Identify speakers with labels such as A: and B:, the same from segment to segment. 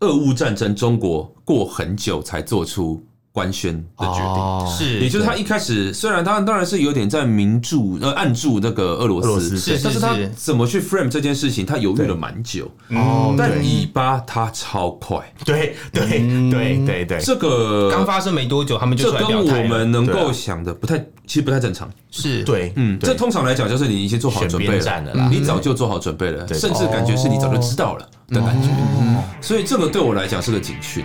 A: 俄乌战争，中国过很久才做出官宣的决定。
B: 哦
C: 是，
A: 也就是他一开始，虽然他当然是有点在明注呃暗注那个俄罗
B: 俄罗
A: 斯，
B: 斯
C: 是
A: 但
C: 是
A: 是他
C: 是
A: 怎么去 frame 这件事情，他犹豫了蛮久。
B: 哦，
A: 但
B: 对
A: 尾巴他超快，
B: 对对对对对，
A: 这个
C: 刚发生没多久，他们
A: 这
C: 就出来
A: 跟
C: 表
A: 我
C: 态了，
A: 们能
B: 对
A: 够
B: 啊
A: 想的不太，其实不太正常。
C: 是，
B: 对，
A: 嗯，
B: 对
A: 这通常来讲就是你已经做好
B: 选
A: 准
B: 边
A: 备
B: 站了
A: 了，
B: 啦
A: 你早就做好准备了，
B: 对哦
A: 甚至感觉是你早就知道了的感觉。所以这个对我来讲是个警讯。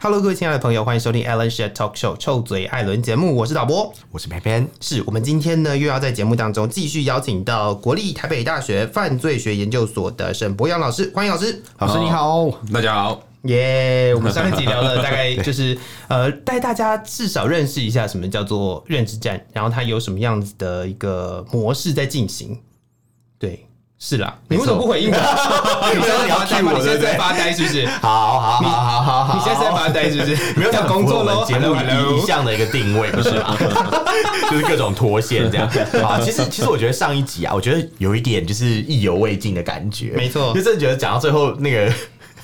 C: Hello，各位亲爱的朋友，欢迎收听 Alan s h a t Talk Show 臭嘴艾伦节目，我是导播。
B: 我是偏偏，
C: 是我们今天呢，又要在节目当中继续邀请到国立台北大学犯罪学研究所的沈博阳老师，欢迎老师。
D: 老师你好，
A: 大家好，
C: 耶我们上一 集聊了大概就是呃，带大家至少认识一下什么叫做认知战，然后它有什么样子的一个模式在进行。对，是啦，你为什么不回 应我？你
B: 知道你要 cue 我
C: 你现在
B: 对不对
C: 在发呆是不是？你
B: 好好好好好好，
C: 现在在发呆是不是？
B: 没有
C: 要工作喽
B: 喽，节目
C: hello，hello
B: 一项的一个定位不是吗？ 就是各种脱线 这样啊。其实其实我觉得上一集啊，我觉得有一点就是意犹未尽的感觉，
C: 没错
B: 就真的觉得讲到最后那个。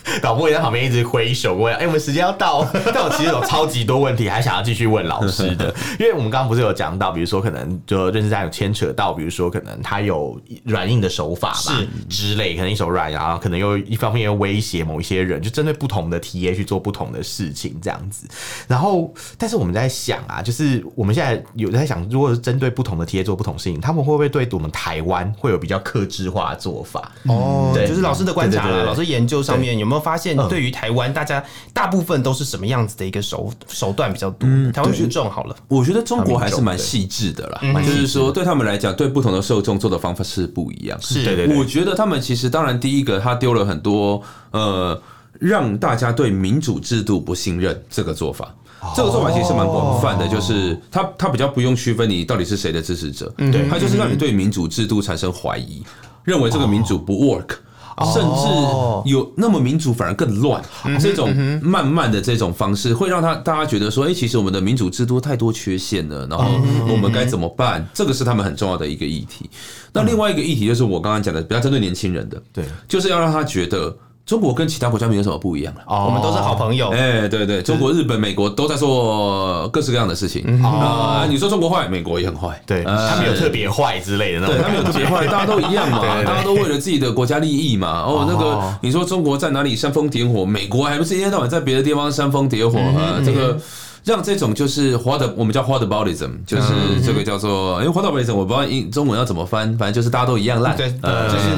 B: 导播也在旁边一直挥手问：“哎、我们时间要到。”但我其实有超级多问题，还想要继续问老 师的，因为我们刚刚不是有讲到，比如说可能就认识战有牵扯到，比如说可能他有软硬的手法嘛
C: 是
B: 之类，可能一手软，然后可能又一方面又威胁某一些人，就针对不同的 TA 去做不同的事情这样子。然后，但是我们在想啊，就是我们现在有在想，如果是针对不同的 TA 做不同事情，他们会不会对我们台湾会有比较克制化的做法？
C: 哦，
B: 对
C: 就是老师的观察
B: 对对
C: 啦，
B: 对对
C: 老师研究上面有没有发现
B: 嗯，
C: 对于台湾大家大部分都是什么样子的一个手手段比较多？
B: 嗯
C: 台湾民众好了，
A: 我觉得中国还是蛮嗯细致的啦，就是说对他们来讲，对不同的受众做的方法是不一样。是
B: 对对对
A: 我觉得他们其实当然第一个，他丢了很多呃，让大家对民主制度不信任这个做法。这个做法其实蛮广泛的，就是他他比较不用区分你到底是谁的支持者，对他就是让你对民主制度产生怀疑，认为这个民主不 work。甚
B: 哦
A: 至有那么民主反而更乱，
B: 嗯
A: 这种慢慢的这种方式会让他大家觉得说，哎，其实我们的民主制度太多缺陷了，然后
B: 嗯
A: 我们该怎么办？这个是他们很重要的一个议题。那另外一个议题就是我刚刚讲的，比较针对年轻人的，
B: 对，
A: 就是要让他觉得中国跟其他国家没有什么不一样了。
B: 哦
C: 我们都是好朋友，
A: 哎、对对，中国、日本、美国都在做各式各样的事情。啊、你说中国坏，美国也很坏。
B: 嗯对，
A: 呃
B: 他们有特别坏之类的那
A: 对
B: 种
A: 他
B: 感
A: 们
B: 觉。
A: 有别坏，大家都一样嘛，
B: 对对
A: 大家都为了自己的国家利益嘛。哦，那个你说中国在哪里煽风点火，美国还不是一天到晚在别的地方煽风点火啊？这个。让这种就是花的，我们叫花的 ballism，就是这个叫做哎花的 ballism，我不知道英中文要怎么翻，反正就是大家都一样烂。
C: 对，
A: 呃
C: 就是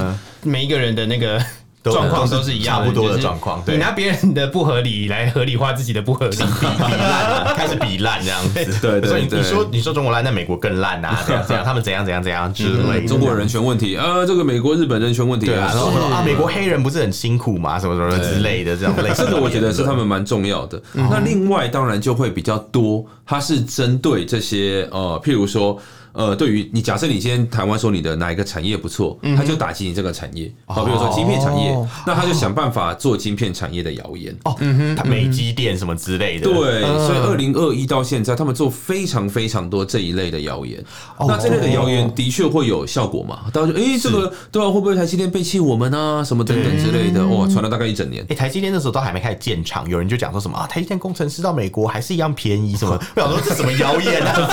C: 每一个人的那个
B: 都
C: 状况都是一样
B: 差不多的
C: 就是
B: 状况对
C: 你拿别人的不合理来合理化自己的不合理，
B: 比烂啊，开始比烂这样子。
A: 对对
B: 我说你
A: 对
B: 你说你说中国烂，那美国更烂 啊，这样这样，他们怎样怎样怎样之类的。
A: 中国人权问题，呃，这个美国、日本人权问题
B: 对啊，
A: 嗯啊，
B: 然后我说啊，美国黑人不是很辛苦嘛，什么什么之类的这种类似
A: 这
B: 的言论。
A: 个我觉得是他们蛮重要的。那另外当然就会比较多，它是针对这些呃，譬如说。呃，对于你，假设你今天台湾说你的哪一个产业不错，它就打击你这个产业，好，比如说晶片产业，那他就想办法做晶片产业的谣言。
B: 哦，他美积电什么之类
A: 嗯
B: 的。
A: 对，所以二零二一到现在，他们做非常非常多这一类的谣言。那这类的谣言的确会有效果嘛？大家就诶，这个对啊，会不会台积电背弃我们啊？什么等等之类的，哇，传了大概一整年。
B: 哎、台积电那时候都还没开始建厂，有人就讲说什么啊，台积电工程师到美国还是一样便 宜什么？我想说这什么谣言啊！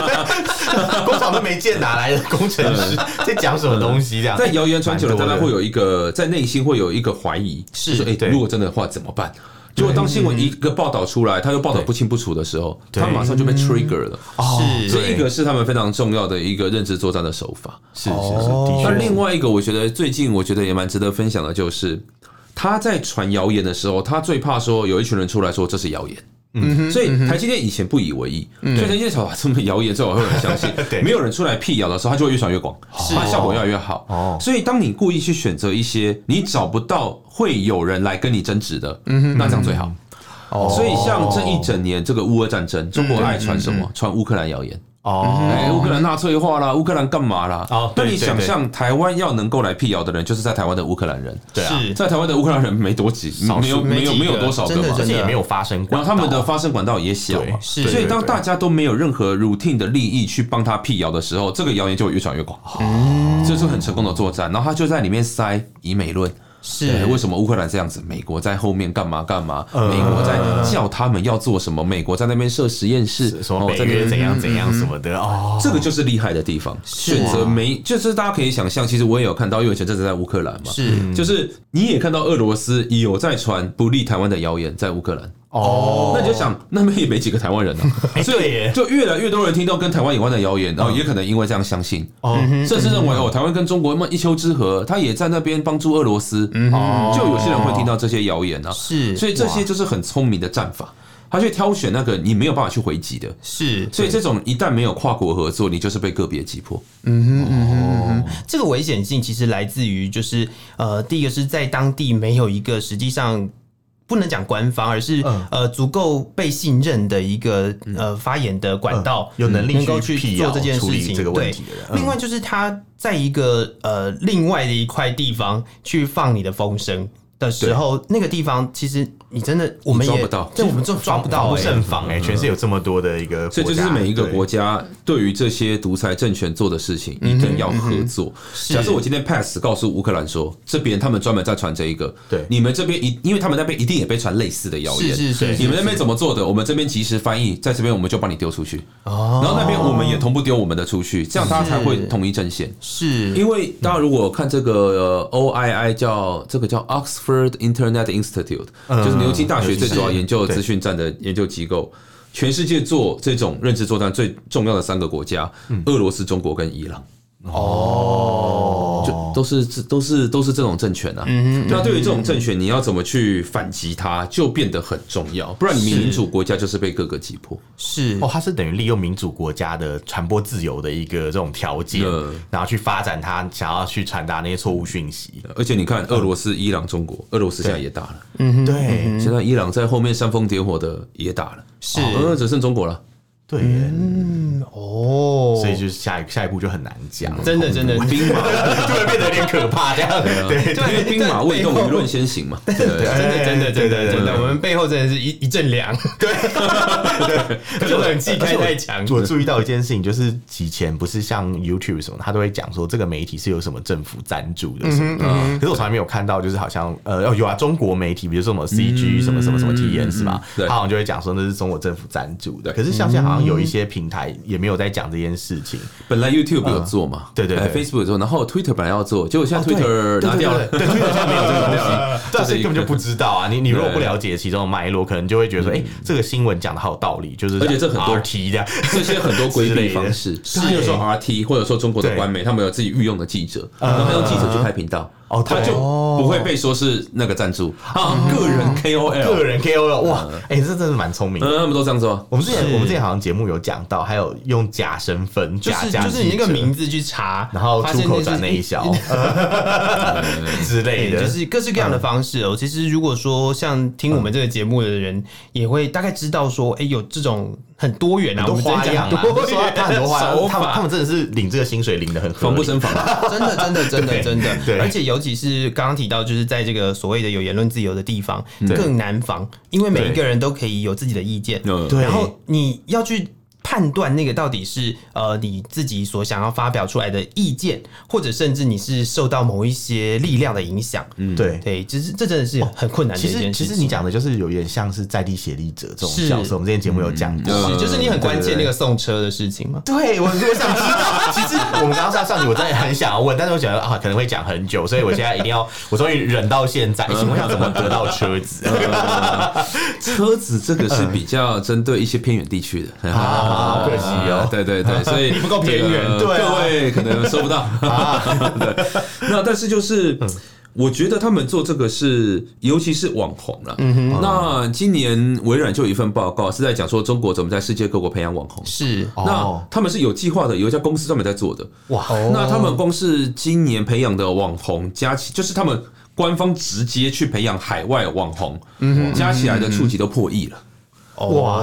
B: 工厂都没建，哪来的工程 师在讲什么东西？这样哎
A: 在谣言传久了，大家会
B: 有
A: 有一个在内心会有一个怀疑，
B: 是
A: 说哎、
B: 对
A: 如果真的话怎么办？结果当新闻一个报道出来，他又报道不清不楚的时候，
B: 对嗯哦
A: 他马上就被 trigger 了。
B: 是
A: 这一个是他们非常重要的一个认知作战的手法。
B: 是是是，的
A: 那
C: 哦
B: 确
A: 另外一个，我觉得最近我觉得也蛮值得分享的，就是他在传谣言的时候，他最怕说有一群人出来说这是谣言。嗯，所以台积电以前不以为意，所以台积电才把这么谣言之后会有人相信
B: 对，
A: 没有人出来辟谣的时候，它就会越传越广，
C: 是
A: 它的效果越来越好。
B: 哦
A: 所以当你故意去选择一些你找不到会有人来跟你争执的，那这样最好。所以像这一整年这个乌俄战争，中国爱传什么？传乌克兰谣言。哎，乌
B: 哦，
A: 克兰纳粹化啦，乌克兰干嘛啦？
B: 哦对
A: 那你
B: 对
A: 想
B: 对
A: 象台湾要能够来辟谣的人，就是在台湾的乌克兰人，
B: 对啊，
C: 是
A: 在台湾的乌克兰人没多几，没有
C: 没
A: 没有
C: 几
A: 没有
C: 个
A: 多少个
C: 真的
A: 嘛
B: 而，且也没有发生过
A: 然后。他们的发声管道也小
B: 对
A: 嘛，
C: 是
A: 所以当
B: 对对
A: 大家都没有任何 routine 的利益去帮他辟谣的时候，这个谣言就会越传越广，
B: 嗯
A: 这是很成功的作战。然后他就在里面塞以美论，对为
C: 是
A: 什么乌克兰这样子？美国在后面干嘛干嘛？
B: 呃
A: 美国在叫他们要做什么？美国在那边设实验室，
B: 什么
A: 哦嗯
B: 北
A: 在那
B: 约
A: 边
B: 怎样怎样什么的哦，
A: 这个就是厉害的地方，选择没就是大家可以想象，其实我也有看到，因为以前正在乌克兰嘛，
C: 是
A: 就是你也看到俄罗斯有在传不利台湾的谣言在乌克兰，
B: 哦哎
A: 那你就想那边也没几个台湾 人啊，所
B: 对耶嗯
A: 以就越来越多人听到跟台湾有关的谣言，然后也可能因为这样相信，
B: 哦
A: 甚至认为哦台湾跟中国那么一丘之貉，他也在那边帮助俄罗斯，
B: 哦
A: 就有些人会听到这些谣言啊，
C: 是，
A: 所以这些就是很聪明的战法，他去挑选那个你没有办法去回击的。
C: 是，
A: 所以这种一旦没有跨国合作，你就是被个别击破。
C: 这个危险性其实来自于就是呃，第一个是在当地没有一个实际上。不能讲官方，而是、
B: 嗯
C: 呃足够被信任的一个呃发言的管道，
B: 有能力
C: 能够
B: 去辟
C: 做
B: 谣
C: 这件
B: 处
C: 事
B: 理
C: 情。
B: 这个问
C: 对
B: 题的人
C: 另外就是他在一个呃另外的一块地方去放你的风声的时候，那个地方其实你真的我们也
A: 抓不到
C: 这我们就抓不
A: 哦
C: 到、
B: 防不
C: 欸
B: 胜。防哎，全世界有这么多的一个国
A: 嗯所
B: 家，
A: 以这就是每一个国
B: 家
A: 家对于这些独裁政权做的事情，
C: 嗯
A: 一定要合作。假设我今天 pass 告诉乌克兰说，这边他们专门在传这一个，
B: 对
A: 你们这边一，因为他们那边一定也被传类似的谣言，
C: 是是是
A: 你们那边怎么做的，我们这边及时翻译，在这边我们就帮你丢出去，
C: 哦
A: 然后那边我们也同步丢我们的出去，这样大家才会统一阵线。
C: 是
A: 因为大家如果看这个呃 OII 叫这个叫 Oxford Internet Institute，、就是牛津大学最主要研究资讯战的研究机构。全世界做这种认知作战最重要的三个国家，俄罗斯、中国跟伊朗，
B: 哦，
A: 就都是这都是都是这种政权啊。那对于这种政权，你要怎么去反击它，就变得很重要。不然，你民主国家就是被各个击破。
C: 是
B: 哦，它是等于利用民主国家的传播自由的一个这种条件
A: 嗯，
B: 然后去发展它想要去传达那些错误讯息。
A: 而且你看，俄罗斯、伊朗、中国，俄罗斯现在也打了，
B: 对
A: 现在伊朗在后面煽风点火的也打了，
C: 是
A: 呃，只剩中国了。
B: 对耶，
C: 哦，
B: 所以就是下一下一步就很难讲，
C: 真 的真的
A: 兵马
B: 突然变得有点可怕这样。对
A: 因为兵马未动，舆论先行嘛。对
C: 真的真的真的真
B: 哎对
C: 的，我们背后真的是一一阵凉， 对，就冷气开太强，
B: 我注意到一件事情，就是以前不是像 YouTube 什么，他都会讲说这个媒体是有什么政府赞助的什么的，可是我从来没有看到，就是好像呃哦有啊，中国媒体，比如说什么 CG 什么什么什么 T N 是吧？
A: 对
B: 他好像就会讲说那是中国政府赞助的，可是像现在好像有一些平台也没有在讲这件事情，
A: 本来 YouTube 有做嘛，
B: 嗯对对对哦
A: 哎，Facebook 有做，然后 Twitter 本来要做，结果现在 Twitter 拿掉了。
B: 对对对，它没有这个东西，对，
A: 这
B: 所
A: 是
B: 以
A: 一个
B: 根本就不知道啊。你你如果不了解其中的脉络，可能就会觉得说，哎，这个新闻讲的好有道理，就是
A: 而且这很多
B: RT 这样，
A: 这些很多规避方式，
B: 之类的
A: 比如说 RT 或者说中国的
B: 对嗯
A: 官媒，他们有自己御用的记者，然后他用记者去开频道，
B: 哦
A: 他
B: 对
A: 就不会被说是那个赞助啊，个人
C: 哎
A: KOL，
B: 个人 KOL，哇，哎，这真的蛮聪明的。
A: 嗯，他们都这样做。
B: 我们之前
C: 嗯是
B: 我们之前好像节目有讲到，还有用假身份，
C: 就
B: 假
C: 是
B: 假
C: 就是你那个
B: 记者
C: 名字去查，
B: 然后
C: 发
B: 出
C: 现
B: 口
C: 是
B: 转内销
A: 嗯
B: 之类
C: 对，
B: 的，
C: 就是各式各样
B: 嗯
C: 的方式哦。其实如果说像听我们这个节目的人，也会大概知道说，哎，有这种很多元啊，我
B: 很多
C: 们真
B: 花
C: 的
B: 样
C: 讲
B: 啊，
C: 多
B: 说
C: 元
B: 他很多花
C: 手
B: 样，他们
C: 法
B: 他们真的是领这个薪水领的很合
A: 防
B: 理
A: 不胜防 啊！
C: 真的，真的，真的，真
B: 对
C: 的，而且尤其是刚刚提到，就是在这个所谓的有言论自由的地方
B: 嗯
C: 更难防，因为每一个人都可以有自己的意见，
A: 嗯
B: 对
C: 然后你要去。判断那个到底是呃你自己所想要发表出来的意见，或者甚至你是受到某一些力量的影响，嗯，
B: 对。
C: 对，其实这真的是很困难的
A: 哦
B: 其
C: 一
B: 实，
C: 件
B: 其
C: 事
B: 实
C: 情。
B: 你讲的就是有点像是在地协力者这种
C: 是嗯
B: 角色。我们之前节目有讲过，
A: 呃
C: 是就是你很关
B: 对
C: 键
B: 对
C: 那
B: 对
C: 个送车的事情嘛，
B: 对我，我想知道。 其实我们刚刚上上集，我真的很想要问，但是我想啊，可能会讲很久，所以我现在一定 要，我终于忍到现在。哎请问要怎么得到车子？
A: 车子这个是比较针对一些偏远地区的，
B: 嗯啊好可惜哦
A: 对对对，所以 呃你
C: 不够偏远
B: 对 啊 啊嗯
A: 各位可能收不到。对，那但是就是。我觉得他们做这个是，尤其是网红了。
B: 嗯
A: 那今年微软就有一份报告是在讲说中国怎么在世界各国培养网红。
C: 是
A: 那
B: 哦，
A: 他们是有计划的，有一家公司专门在做的。
B: 哇，哦
A: 那他们公司今年培养的网红加起，就是他们官方直接去培养海外网红，加起来的触及都破亿了，
C: 哇，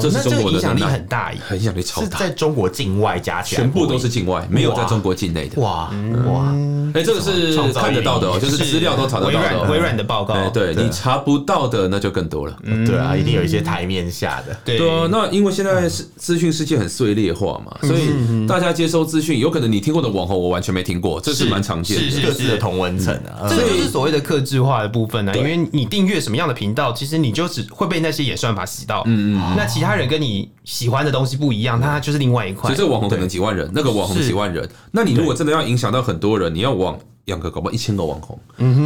A: 这是
C: 哦那
A: 中
C: 个
A: 国的
C: 影响力
A: 能耐
C: 很大耶，
A: 很影响力超
B: 是
A: 大
B: 在。中国境外加起来，
A: 全部都是境外，没有在中国境内的。
B: 哇哇，
A: 哎，这个是
B: 创造力
A: 看得到的哦，就是资料都查得
C: 微
A: 到的
C: 软微
A: 哦。
C: 软的报告
A: 哎，，对
B: 对
A: 你查不到的那就更多了。
B: 对啊，一定有一些台面下的，
C: 对
A: 对啊，那因为现在是资讯世界很碎裂化嘛，所以大家接收资讯，有可能你听过的网红我完全没听过，这是蛮常见
C: 是
A: 的。
B: 各自的同文层啊，
C: 这
B: 嗯
C: 个就是所谓的克制化的部分啊呢、因为你订阅什么样的频道，其实你就只会被那些演算法洗到。嗯嗯。那其他人跟你喜欢的东西不一样，那它就是另外一
A: 所
C: 块
A: 以。这个网红可能几万人，那个网红
C: 是
A: 几万人，那你如果真的要影响到很多人，你要网养个搞不好一千个网红，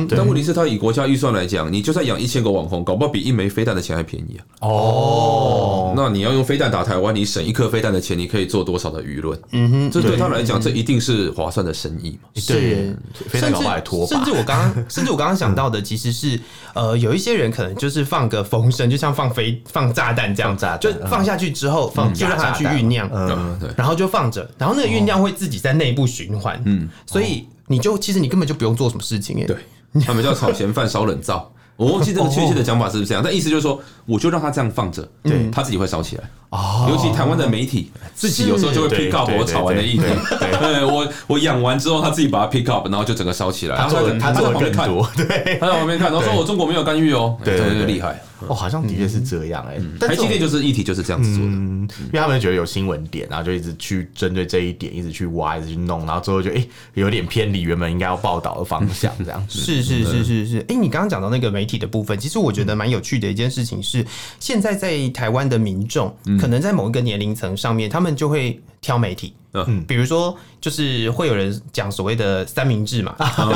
B: 对
A: 但问题是，他以国家预算来讲，你就算养一千个网红，搞不好比一枚飞弹的钱还便宜啊！
B: 哦，
A: 那你要用飞弹打台湾，你省一颗飞弹的钱，你可以做多少的舆论？嗯哼，这对他嗯来讲，这一定是划算的生意嘛。
B: 对，非常搞不好也拖
C: 甚
B: 把
C: 至，我刚刚，甚至我刚刚想到的，其实是呃，有一些人可能就是放个风声，就像放飞放炸弹这样，
B: 炸弹
C: 就放下去之后，放就让它去酝酿，
A: 嗯，对。
C: 然后就放着，然后那个酝酿会自己在内部循环。嗯，所以你就其实你根本就不用做什么事情耶。
A: 对，他们叫炒咸饭烧冷灶。我忘记这个确切的讲法是不是这样，但意思就是说，我就让它这样放着，对，它自己会烧起来。哦，尤其台湾的媒体自己有时候就会
B: 对
A: pick up
B: 对
A: 我炒完的
B: 对
A: 议题， 对我我养完之后，他自己把它 pick up，然后就整个烧起来。
B: 他做的他
A: 在
B: 做
A: 旁边
B: 的更
A: 看，
B: 多， 对，
A: 他在旁边看，然后说我中国没有干预哦，
B: 对对
A: 哎这个
B: 对
A: 厉害。
B: 哦，好像的确是这样哎，但
A: 台
B: 是
A: 积
B: 我
A: 电就是议题就是这样子做的，
B: 嗯，因为他们觉得有新闻点，然后就一直去针对这一点，一直去挖，一直去弄，然后最后就哎、诶有点偏离原本应该要报道的方向，这样子。
C: 是是是是是，哎、你刚刚讲到那个媒体的部分，其实我觉
B: 嗯
C: 得蛮有趣的一件事情是，现在在台湾的民众，
B: 嗯
C: 可能在某一个年龄层上面，他们就会挑媒体。嗯，比如说，就是会有人讲所谓的三明治嘛，对不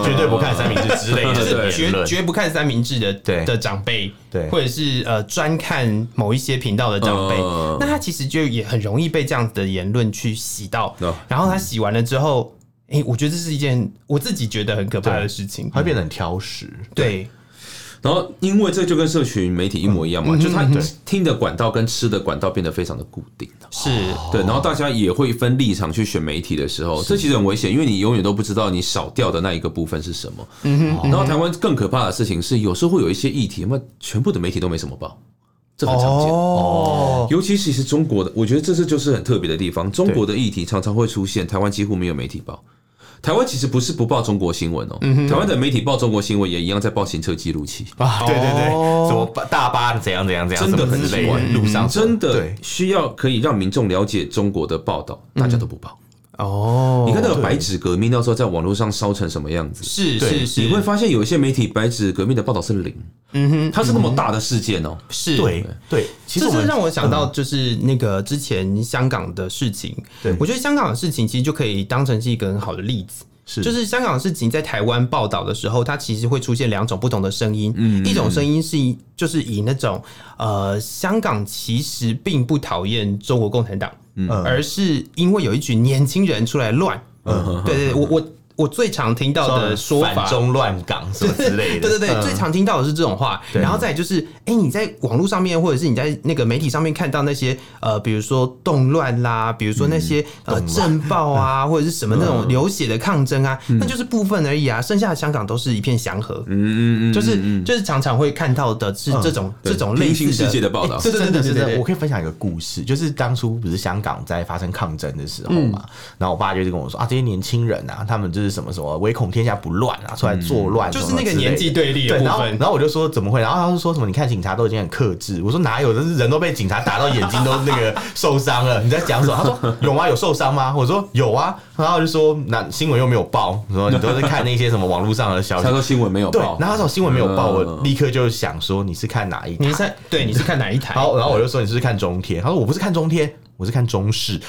C: 对？
B: 不，绝对不看三明治之类的
C: 就是
B: 言
C: 绝
B: 论，
C: 绝不看三明治的
B: 对
C: 的长辈，
B: 对哦
C: 或者是呃专看某一些频道的长辈，
A: 嗯
C: 那他其实就也很容易被这样子的言论去洗到，
B: 哦
A: 嗯
C: 然后他洗完了之后，哎、我觉得这是一件我自己觉得很可怕的事情，
B: 会变得很挑食。
C: 对，
A: 然后因为这就跟社群媒体一模一样
B: 嗯
A: 嘛，就他听的管道跟吃的管道变得非常的固定。
C: 是，
B: 哦
A: 对，然后大家也会分立场去选媒体的时候，这其实很危险，因为你永远都不知道你少掉的那一个部分是什么。然后台湾更可怕的事情是，有时候会有一些议题，那全部的媒体都没什么报，这很常见。
C: 哦，
A: 尤其其实中国的，我觉得这是就是很特别的地方。中国的议题常常会出现，台湾几乎没有媒体报。台湾其实不是不报中国新闻哦，台湾的媒体报中国新闻也一样在报行车记录器。
B: 啊，对对对，什么巴大巴怎样怎样怎样，
A: 真的
B: 什么
A: 很
B: 之类
A: 奇怪
B: 的，路上
A: 真的
B: 对
A: 需要可以让民众了解中国的报道，大家都不报。
C: 哦，
A: 你看那个白纸革命那时候在网络上烧成什么样子？
C: 是
B: 对
C: 是是，
A: 你会发现有一些媒体白纸革命的报道是零，嗯哼，它是那么大的事件哦，
C: 是
B: 对对，其实
C: 这
B: 我
C: 是
B: 们
C: 让我想到就是那个之前香港的事情，
B: 对
C: 我觉得香港的事情其实就可以当成是一个很好的例子。
B: 是
C: 就是香港的事情在台湾报道的时候，它其实会出现两种不同的声音，嗯、一种声音是以就是以那种呃，香港其实并不讨厌中国共产党，嗯、而是因为有一群年轻人出来乱，嗯、对对，对我我我最常听到的说法，
B: 反中乱港什么之类 的，嗯
C: 对对对，最常听到的是这种话。然后再来就是，哎、你在网络上面，或者是你在那个媒体上面看到那些呃，比如说动乱啦，比如说那
B: 嗯
C: 些、呃政报 啊，或者是什么那种流血的抗争啊，
B: 嗯
C: 那就是部分而已啊。剩下的香港都是一片祥和，
A: 嗯嗯嗯，
C: 就是就是常常会看到的是这
B: 嗯
C: 种、这种类
A: 平
C: 似
A: 行世界的报道
C: 诶
B: 这真的是
C: 对
B: 真
C: 对
B: 的，
C: 对
B: 我可以分享一个故事，就是当初不是香港在发生抗争的时候嘛，
C: 嗯
B: 然后我爸就一直跟我说啊，这些年轻人啊，他们就是什么什么唯恐天下不乱啊，出来作乱什
C: 嗯就
B: 么
C: 是那
B: 什么之类的，
C: 个年纪对立的
B: 对，
C: 部
B: 然后啊
C: 分
B: 然。后我就说怎么会？然后他就说什么？你看警察都已经很克制。我说哪有？就是人都被警察打到眼睛都那个受伤了。你在讲什么？他说有吗？有受伤吗？我说有啊。然后我就说那新闻又没有报，我说你都是看那些什么网络上的消息
A: 他。说新闻没有
B: 对，
A: 报，
B: 然后他说新闻没有报，
A: 嗯
B: 我立刻就想说你是看哪一台？
C: 你是对你是看哪一 台？
B: 然后然后我就说你是不是看中天？他说我不是看中天，我是看中视。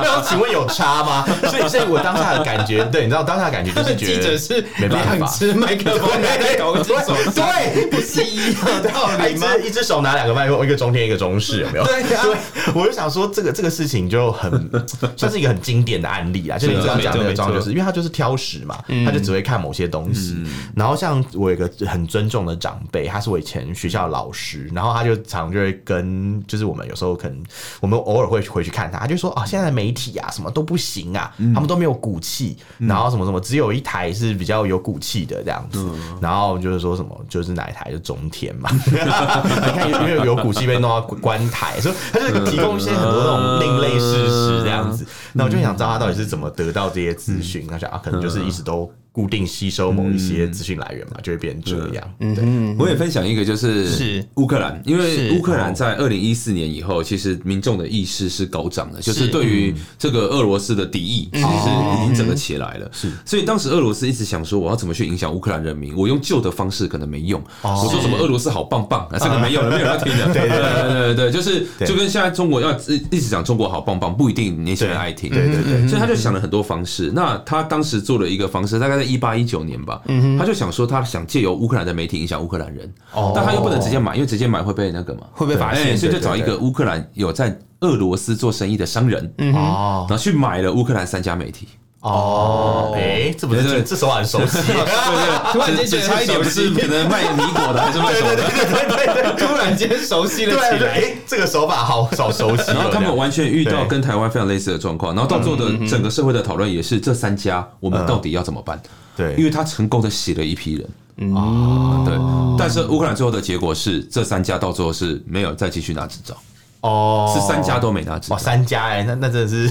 B: 然后请问有差吗？所以，所以我当下的感觉，对，你知道，当下的感觉就是觉得
C: 记者是
B: 没办法
C: 两只麦克风拿在同一只手上，
B: 对，
C: 不是一样道
B: 他一
C: 理吗？
B: 只一只手拿两个麦克风，一个中天，一个中式，有没有？
C: 对啊
B: 对，我就想说这个这个事情就很 算是一个很经典的案例啊，就是你刚刚讲的那个庄，就是因为他就是挑食嘛，他就只会看某些东西。然后像我有一个很尊重的长辈，他是我以前学校的老师，然后他就常就会跟就是我们有时候可能我们偶尔会回去看他，他就说啊，现在的媒体啊什么都不行啊，他们都没有骨气，然后什么什么，只有一台是比较有骨气的这样子。然后就是说什么，就是哪一台就中天嘛，你看因为有骨气被弄到关台，所以他就提供一些很多那种另类事实这样子。那我就想知道他到底是怎么得到这些资讯，他想啊，可能就是一直都固定吸收某一些资讯来源嘛，就会变这样。
C: 嗯，
A: 我也分享一个，就是哦
C: 是
A: 乌克兰，因为
C: 是
A: 乌克兰在二零一四年以后，其实民众的意识是高涨的，就是嗯
C: 是
A: 对于这个俄罗斯的敌意，其实是已经整个起来了。哦是，所以当时俄罗斯一直想说，我要怎么去影响乌克兰人民？我用旧的方式可能没用，我说什么俄罗斯好棒棒，啊，这个没用了，没有人要听的。哦 对对对对对，就是就跟现在中国要一一直讲中国好棒棒，不一定年轻人爱听。对对对，所以他就想了很多方式。那他当时做了一个方式，大概在一八一九年吧，他就想说他想借由乌克兰的媒体影响乌克兰人，但他又不能直接买，因为直接买会被那个嘛，
C: 会被发
A: 哦哎
C: 现，
A: 所以就
C: 对
A: 找一个乌克兰有在俄罗斯做生意的商人，
B: 哦
A: 然后去买了乌克兰三家媒体。
B: 哦，哎，这不
A: 对
B: 是
A: 对
B: 这手法很熟悉。啊
A: 对
C: 突然间觉得
A: 只差一点不是 可能卖米果的还是卖 什么的？
C: 突然间熟悉了
B: 对
C: 起
B: 对，
C: 来。
B: 哎，这个手法好好熟悉哦。
A: 然后他
B: 这
A: 们
B: 样
A: 完全遇到
B: 对
A: 跟台湾非常类似的状况，然后到最后的整个社会的讨论也是这三家，我们到底要怎么办？
B: 对，
A: 因为他成功的洗了一批人，啊
B: 哦
A: 对。但是乌克兰最后的结果是，这三家到最后是没有再继续拿执照，
B: 哦
A: 是三家都没拿执
B: 哇
A: 照。
B: 三家哎，那那真的是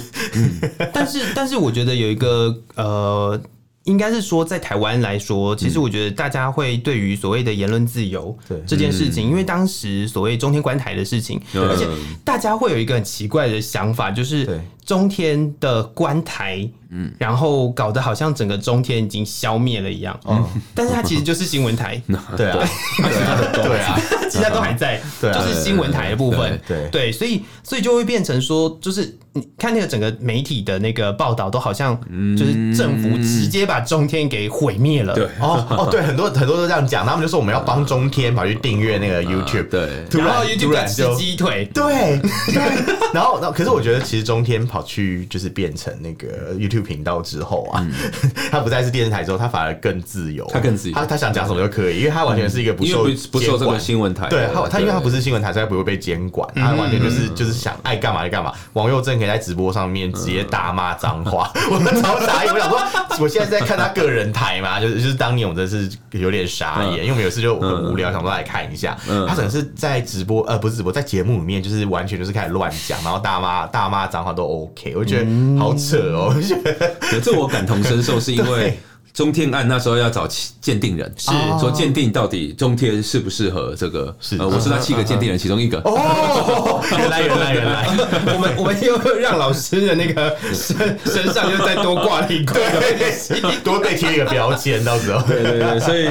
C: 但是，但是我觉得有一个呃，应该是说在台湾来说，其实我觉得大家会对于所谓的言论自由
B: 对
C: 这件事情，因为当时所谓中天观台的事情，
A: 对
C: 而且大家会有一个很奇怪的想法，就是
B: 对
C: 中天的观台，嗯，然后搞得好像整个中天已经消灭了一样，嗯，但是它其实就是新闻台，
B: 对啊， 对啊，
C: 其他都还在，
B: 对啊
C: 就是新闻台的部分，
B: 对对
C: 所以所以就会变成说，就是你看那个整个媒体的那个报道，都好像就是政府直接把中天给毁灭了，
A: 对
B: 哦哦，嗯对，很多很多都这样讲，他们就说我们要帮中天跑去订阅那个 YouTube，
A: 对
B: 突
C: 然后
B: 然
C: y o
B: 突
C: u
B: 然
C: 吃
B: 就
C: 鸡腿，
B: 对对， 然后那可是我觉得其实中天跑去就是变成那个 YouTube 频道之后啊， 他不再是电视台之后，他反而更自由，
A: 嗯他更自由
B: 他他想讲什么都可以，因为他完全是一个不
A: 因
B: 受
A: 为不不受这
B: 监
A: 个
B: 管
A: 新闻台，
B: 对，他他因为他不是新闻台，所以他不会被监管，他完全
A: 嗯
B: 就是就是想爱干嘛就干嘛。王佑正可以在直播上面直
A: 嗯
B: 接大骂脏话，我超傻眼，我想说我现在在看他个人台嘛，就是就是当年我真是有点傻
A: 嗯
B: 眼，因为我们有一次就很无聊，想说来看一下，他可能是在直播呃不是直播，在节目里面就是完全就是开始乱讲，然后大骂大骂脏话都 OK，我觉
A: 嗯
B: 得好扯哦，我觉得
A: 对，这我感同身 受，是因为
B: 对哦
A: 中天案那时候要找鉴定人，是说鉴定到底中天适不适合这个？
B: 是嗯
A: 呃，我是那七个鉴定人其中一个。
B: 哦， 原来原来原来。
C: 我们我们又让老师的那个身身上又再多挂了一块东西。
B: 对，多被贴一个标签，到时候
A: 对对对，所以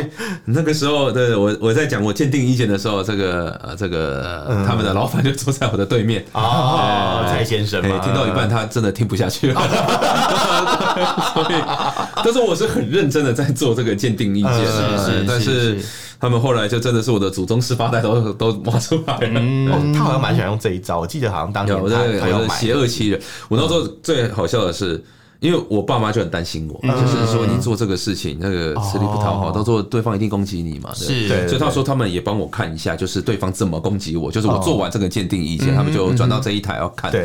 A: 那个时候，对我我在讲我鉴定意见的时候，这个呃这个、
B: 嗯
A: 呃他们的老板就坐在我的对面，
B: 哦，蔡先生
A: 哎、
B: 嘛，
A: 听到一半他真的听不下 去了，所以，但是我是很认真的在做这个鉴定意见，
B: 嗯
C: 是是
A: 哎但
C: 是
A: 是他们后来就真的是我的祖宗十八代都都挖出来 了。
B: 哦，他好像蛮喜欢用这一招，我记得好像当年
A: 嗯有我在
B: 他他
A: 我
B: 要
A: 的
B: 买嗯
A: 邪恶欺人。我那时候最好笑的是，因为我爸妈就很担心我，就是说你做这个事情，那
B: 哦
A: 个吃力不讨好，到时候对方一定攻击你嘛。对
C: 是
B: 对
A: 所以他说他们也帮我看一下，就是对方怎么攻击我，就是
B: 哦
A: 我做完这个鉴定意
B: 嗯
A: 见，他们就转到这一台要看。
B: 对，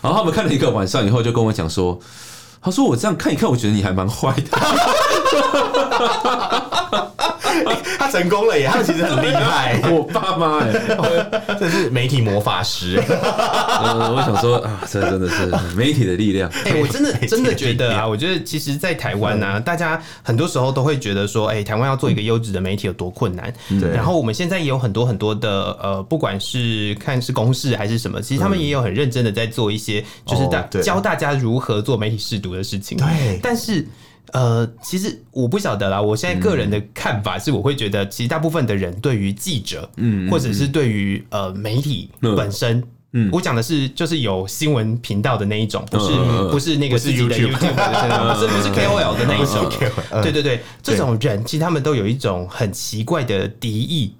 A: 然后他们看了一个晚上以后，就跟我讲说，他说我这样看一看，我觉得你还蛮坏的。，
B: 他成功了耶，他其实很厉害
A: 我爸妈哎、
B: 这是媒体魔法师，
A: 呃，我想说啊，这真的是媒体的力量。
C: 哎、我真的真的觉得啊，我觉得其实，在台湾啊，大家很多时候都会觉得说，哎、台湾要做一个优质的媒体有多困难。
B: 对
C: 然后我们现在也有很多很多的呃，不管是看是公示还是什么，其实他们也有很认真的在做一些，就是大、
B: 哦对
C: 教大家如何做媒体试读的事情。
B: 对
C: 但是。呃，其实我不晓得啦。我现在个人的看法是，我会嗯觉得，其实大部分的人对于记者，嗯，或者是对于呃媒体
A: 嗯
C: 本身，
A: 嗯
C: 我讲的是就是有新闻频道的那一种，不是、
A: 嗯嗯嗯
C: 不是那个
B: 不是
C: 自己的
B: YouTube
C: YouTube 的那 种，不是不是 KOL 的那一种。
B: 嗯
C: 对对对，这种人其实他们都有一种很奇怪的敌意，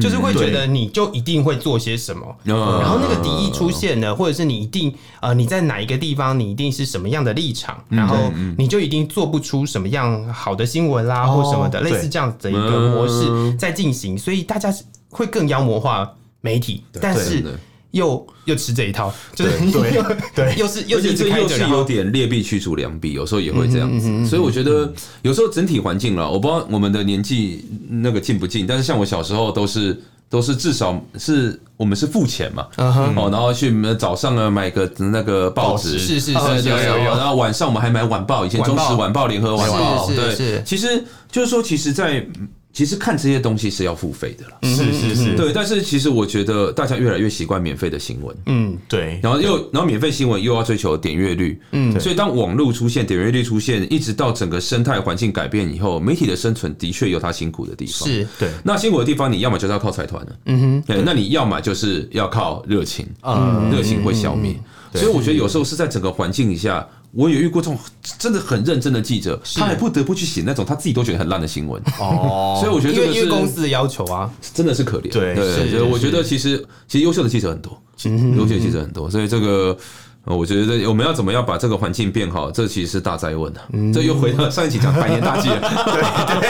C: 就是
B: 嗯
C: 会觉得你就一定会做些什么，
A: 嗯
C: 然后那个敌意出现
B: 嗯
C: 了，或者是你一定呃你在哪一个地方，你一定是什么样的立场，
B: 嗯
C: 然后你就一定做不出什么样好的新闻啦或什么的，
B: 哦
C: 类似
B: 对嗯
C: 这样子的一个模式在进行，所以大家是会更妖魔化媒体，但
A: 对
C: 是
A: 对
C: 又又吃这一套，就是
B: 对
C: 又
B: 对
C: 又是又
A: 而且
C: 是一直
A: 这嗯
C: 开
A: 又
C: 着，
A: 是
C: 然
A: 有
C: 后
A: 点劣币驱逐良币，有时候也会这样子。所以我觉得有时候整体环境了，我不知道我们的年纪那个进不进，但是像我小时候都是都是至少是我们是付钱嘛，哦，然后去早上呢买个那个报纸，
C: 是是是
B: 啊
A: 对
C: 是
A: 对
C: 有
A: 对
C: 有有
A: 然后晚上我们还买晚报，以前
C: 晚
A: 中
C: 报
A: 时晚报、联合晚报，
C: 是是
A: 对
C: 是，
A: 其实就是说，其实在其实看这些东西是要付费的啦。
B: 是是
C: 嗯
B: 是，
A: 对，但是其实我觉得大家越来越习惯免费的新闻，
C: 嗯。
B: 对，
A: 然后又然后免费新闻又要追求点阅率，嗯，所以当网络出现、点阅率出现，一直到整个生态环境改变以后，媒体的生存的确有它辛苦的地方。，
C: 是
B: 对，
A: 那辛苦的地方，你要么就是要靠财团了，
C: 嗯
A: 对，那你要么就是要靠热情，
B: 嗯
A: 热情会消灭。所以我觉得有时候是在整个环境下，我有遇过这种真的很认真的记者，他还不得不去写那种他自己都觉得很烂的新闻，
B: 哦，
A: 所以我觉
C: 哼，
A: 得
C: 因
A: 这个
C: 为因为
A: 是
C: 公司的要求啊，
A: 真的是可怜。
B: 对是
A: 对，
B: 是
A: 就是我觉得其实其实优秀的记者很多，
C: 嗯
A: 优秀的记者很多，所以这个。呃我觉得我们要怎么样把这个环境变好，这其实是大灾问啊。
C: 嗯
A: 这又回到上一期讲百年大计了，
B: 要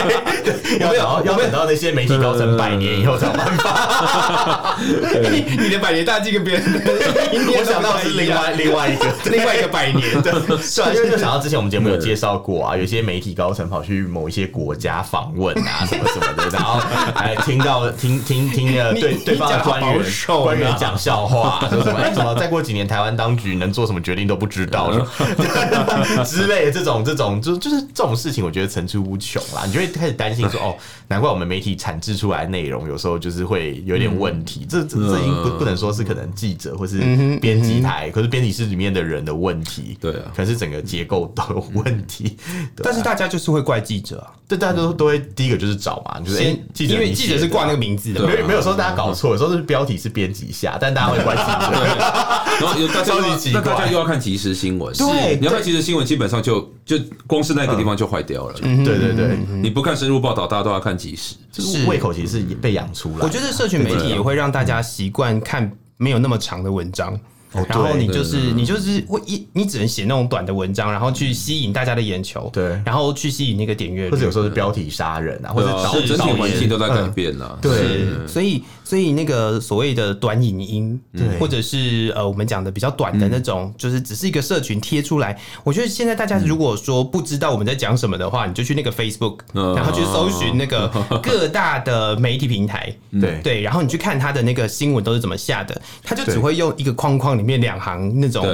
B: 等要等到那些媒体高层百年以后才有办法。
C: 你的百年大计跟别人的，
B: 我
C: 我
B: 想到的是另外另外一个。
C: 另外一个百年的，
B: 是啊，因为就想到之前我们节目有介绍过啊，有些媒体高层跑去某一些国家访问 啊，什么什么的，然后还听到听听听了对对方的官员
C: 你讲得好保守啊
B: 官员讲笑话，说什么哎什么，再过几年台湾当局能做什么决定都不知道
C: 嗯
B: 之类的这种这种就就是这种事情，我觉得层出不穷啦。你就会开始担心说哦，难怪我们媒体产制出来的内容有时候就是会有点问题，这这这已经不不能说是可能记者或
C: 嗯
B: 是编辑台，可是编辑室里面的人的问题，
A: 对啊
B: 可是整个结构都有问题。
C: 嗯
B: 对
C: 但是大家就是会怪记者啊，
B: 这大家都都会第一个就是找嘛，就是哎
C: 先，
B: 记者
C: 因为
B: 你
C: 记者
B: 写
C: 是
B: 的
C: 挂那个
B: 啊
C: 名字的嘛
B: 没，有没有说大家搞错，有时候是标题是编辑下，但大家会怪
C: 嗯
B: 记者。
A: 然后有大家又
B: 超
A: 要
B: 级奇
A: 那
B: 怪
A: 大家又要看即时新闻，
C: 对
A: 你要看即时新闻，基本上就就光是那个地
B: 嗯
A: 方就坏掉了。
C: 嗯
B: 对对对，
A: 你不看深入报道，大家都要看即时。
B: 就是胃口其实是被养出来的。
C: 我觉得社群媒体
B: 啊
C: 也会让大家习惯看没有那么长的文章。
B: 哦
C: 然后你就是你就是会一你只能写那种短的文章，然后去吸引大家的眼球，
B: 对
C: 然后去吸引那个点阅
B: 或者
C: 率
B: 有，时候是标题杀人啊，或
A: 对
B: 者
A: 啊
B: 导
A: 整体
B: 导
A: 环
B: 演嗯
A: 境都在改变啊了。
B: 对
C: 是，所以所以那个所谓的短影音，
B: 对
C: 或者是呃我们讲的比较短的那种，就是只是一个社群贴出来。我觉得现在大家如果说不知道我们在讲什么的话，你就去那个 Facebook，
A: 嗯
C: 然后去搜寻那个各大的媒体平台。
B: 对
C: 嗯对，然后你去看他的那个新闻都是怎么下的，他就只会用一个框框里面两行那种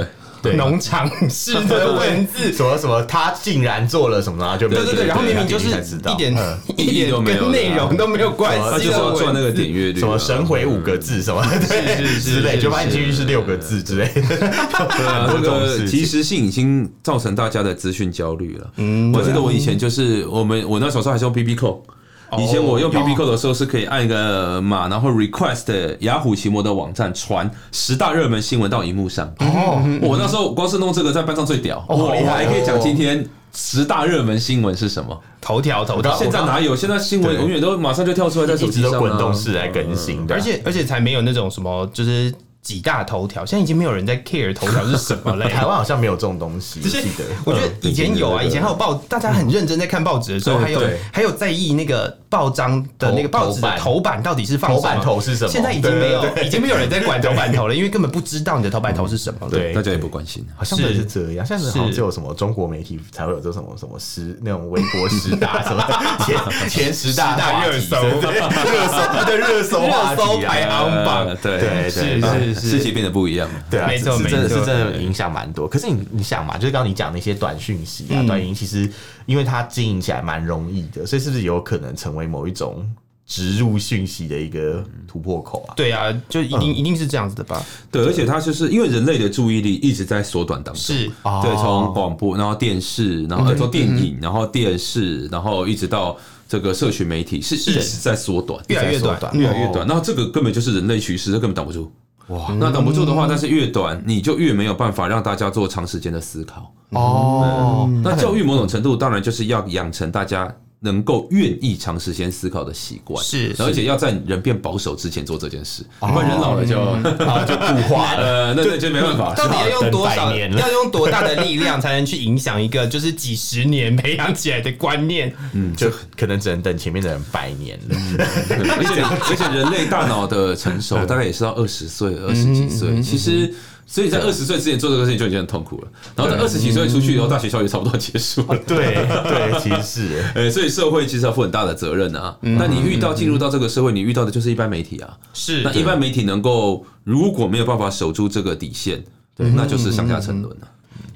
B: 对对
C: 农场式的文 字，
B: 什么什么，他竟然做了什么啊？就没有
C: 对对对，
A: 对
C: 然后明明就是
B: 你才知道
C: 一 点
B: 嗯
C: 一
A: 意义
C: 点
A: 都没有哦
C: 跟内容都没有关
A: 他
C: 系，
A: 就是要赚那个点阅率啊，
B: 什么神回五个字什么对
C: 是是
B: 之类，
C: 是
B: 就发现进去是六个字之类的，
A: 对啊，这
B: 很多这种
A: 个
B: 事
A: 及
B: 情。
A: 时性已经造成大家的资讯焦虑了。嗯，我记
B: 啊
A: 得我以前就是我们我那时候还是用 B B 扣。
B: 哦
A: 以前我用 B B 扣的时候是可以按一个码，然后 request 雅虎奇摩的网站传十大热门新闻到荧幕上。哦，我那时候光是弄这个在班上最屌，
B: 好
A: 我
B: 厉害
A: 我还可以讲
B: 哦
A: 今天十大热门新闻是什么。
C: 头条头条，
A: 现在哪有？现在新闻
B: 哦对
A: 永远都马上就跳出来在手
B: 一直
A: 机上
B: 都
A: 啊
B: 滚动式来更新的，
C: 而且而且才没有那种什么就是几大头条，现在已经没有人 在 care 头条是什么嘞。
B: 台湾好像没有这种东西，我
C: 就是
B: 记得。
C: 我觉 得以前有啊，以前还有报，大家很认真在看报纸的时候，
A: 对
C: 还有
A: 对
C: 还有在意那个报章的那个
B: 头
C: 报纸的头版到底是放
B: 头
C: 什么
B: 版头是什么？
C: 现在已经没有
B: 对对，对
C: 已经没有人在管头版头了，因为根本不知道你的头版头是什么了。
A: 对，
B: 对
A: 大家也不关心。
B: 好像真的是这样，像是好像
C: 是
B: 只有什么中国媒体才会有这什么什么十那种微博十大什么 前前十大
C: 十大
B: 话题
C: 热搜
B: 对热搜对热搜话
C: 热搜
B: 题啊
C: 排行
A: 呃
C: 榜，
A: 对
B: 对
C: 是
B: 对
C: 是
A: 事
C: 是，
A: 情变得不一样了。
B: 对啊，
C: 没错
B: 是是真
C: 没
B: 的
C: 错
B: 是真的影响蛮多。可是你你想嘛，就是刚刚你讲那些短讯息啊、
C: 嗯
B: 短影音，其实因为它经营起来蛮容易的，所以是不是有可能成为某一种植入讯息的一个突破口啊？
C: 对啊，就一定一定是这样子的吧？
A: 对，而且它就是因为人类的注意力一直在缩短当中。
C: 是嗯
B: 哦
A: 对，从广播，然后电视，然后呃从电影，然后电视，然后一直到这个社群媒体，是一直在缩短，
C: 越来越短哦
A: 越来越短。那这个根本就是人类趋势，这根本挡不住。哇，那挡不住的
C: 嗯
A: 话，但是越短，你就越没有办法让大家做长时间的思考。
C: 嗯
B: 哦，
A: 那教育某种程度当然就是要养成大家能够愿意长时间思考的习惯，
C: 是是
A: 而且要在人变保守之前做这件事，不然人老了就啊嗯 就固化 了，那那就没办 法
C: 到
A: 了。
C: 底要用多
B: 啊等
C: 少？
B: 百年了
C: 要用多大的力量才能去影响一个就是几十年培养起来的观念？
B: 嗯，就可能只能等前面的人百年了。
A: 而且而且人类大脑的成熟大概也是到二十岁、二十几岁，其实。所以在二十岁之前做这个事情就已经很痛苦了，然后在二十几岁出去以后，大学校也差不多结束 了。
B: 对对，其实是欸
A: 呃、所以社会其实要负很大的责任啊。那你遇到进入到这个社会，你遇到的就是一般媒体啊。
C: 是
A: 那一般媒体能够如果没有办法守住这个底线，对，那就是上下沉沦
B: 嗯
A: 了。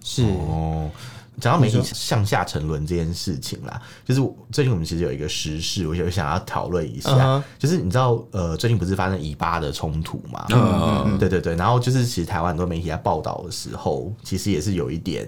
C: 是
B: 哦。讲到媒体向下沉沦这件事情啦，就是我最近我们其实有一个时事，我就想要讨论一下
C: 嗯哼
B: 就是你知道，呃，最近不是发生以巴的冲突嘛？
A: 嗯
B: 对对对，然后就是其实台湾很多媒体在报道的时候，其实也是有一点，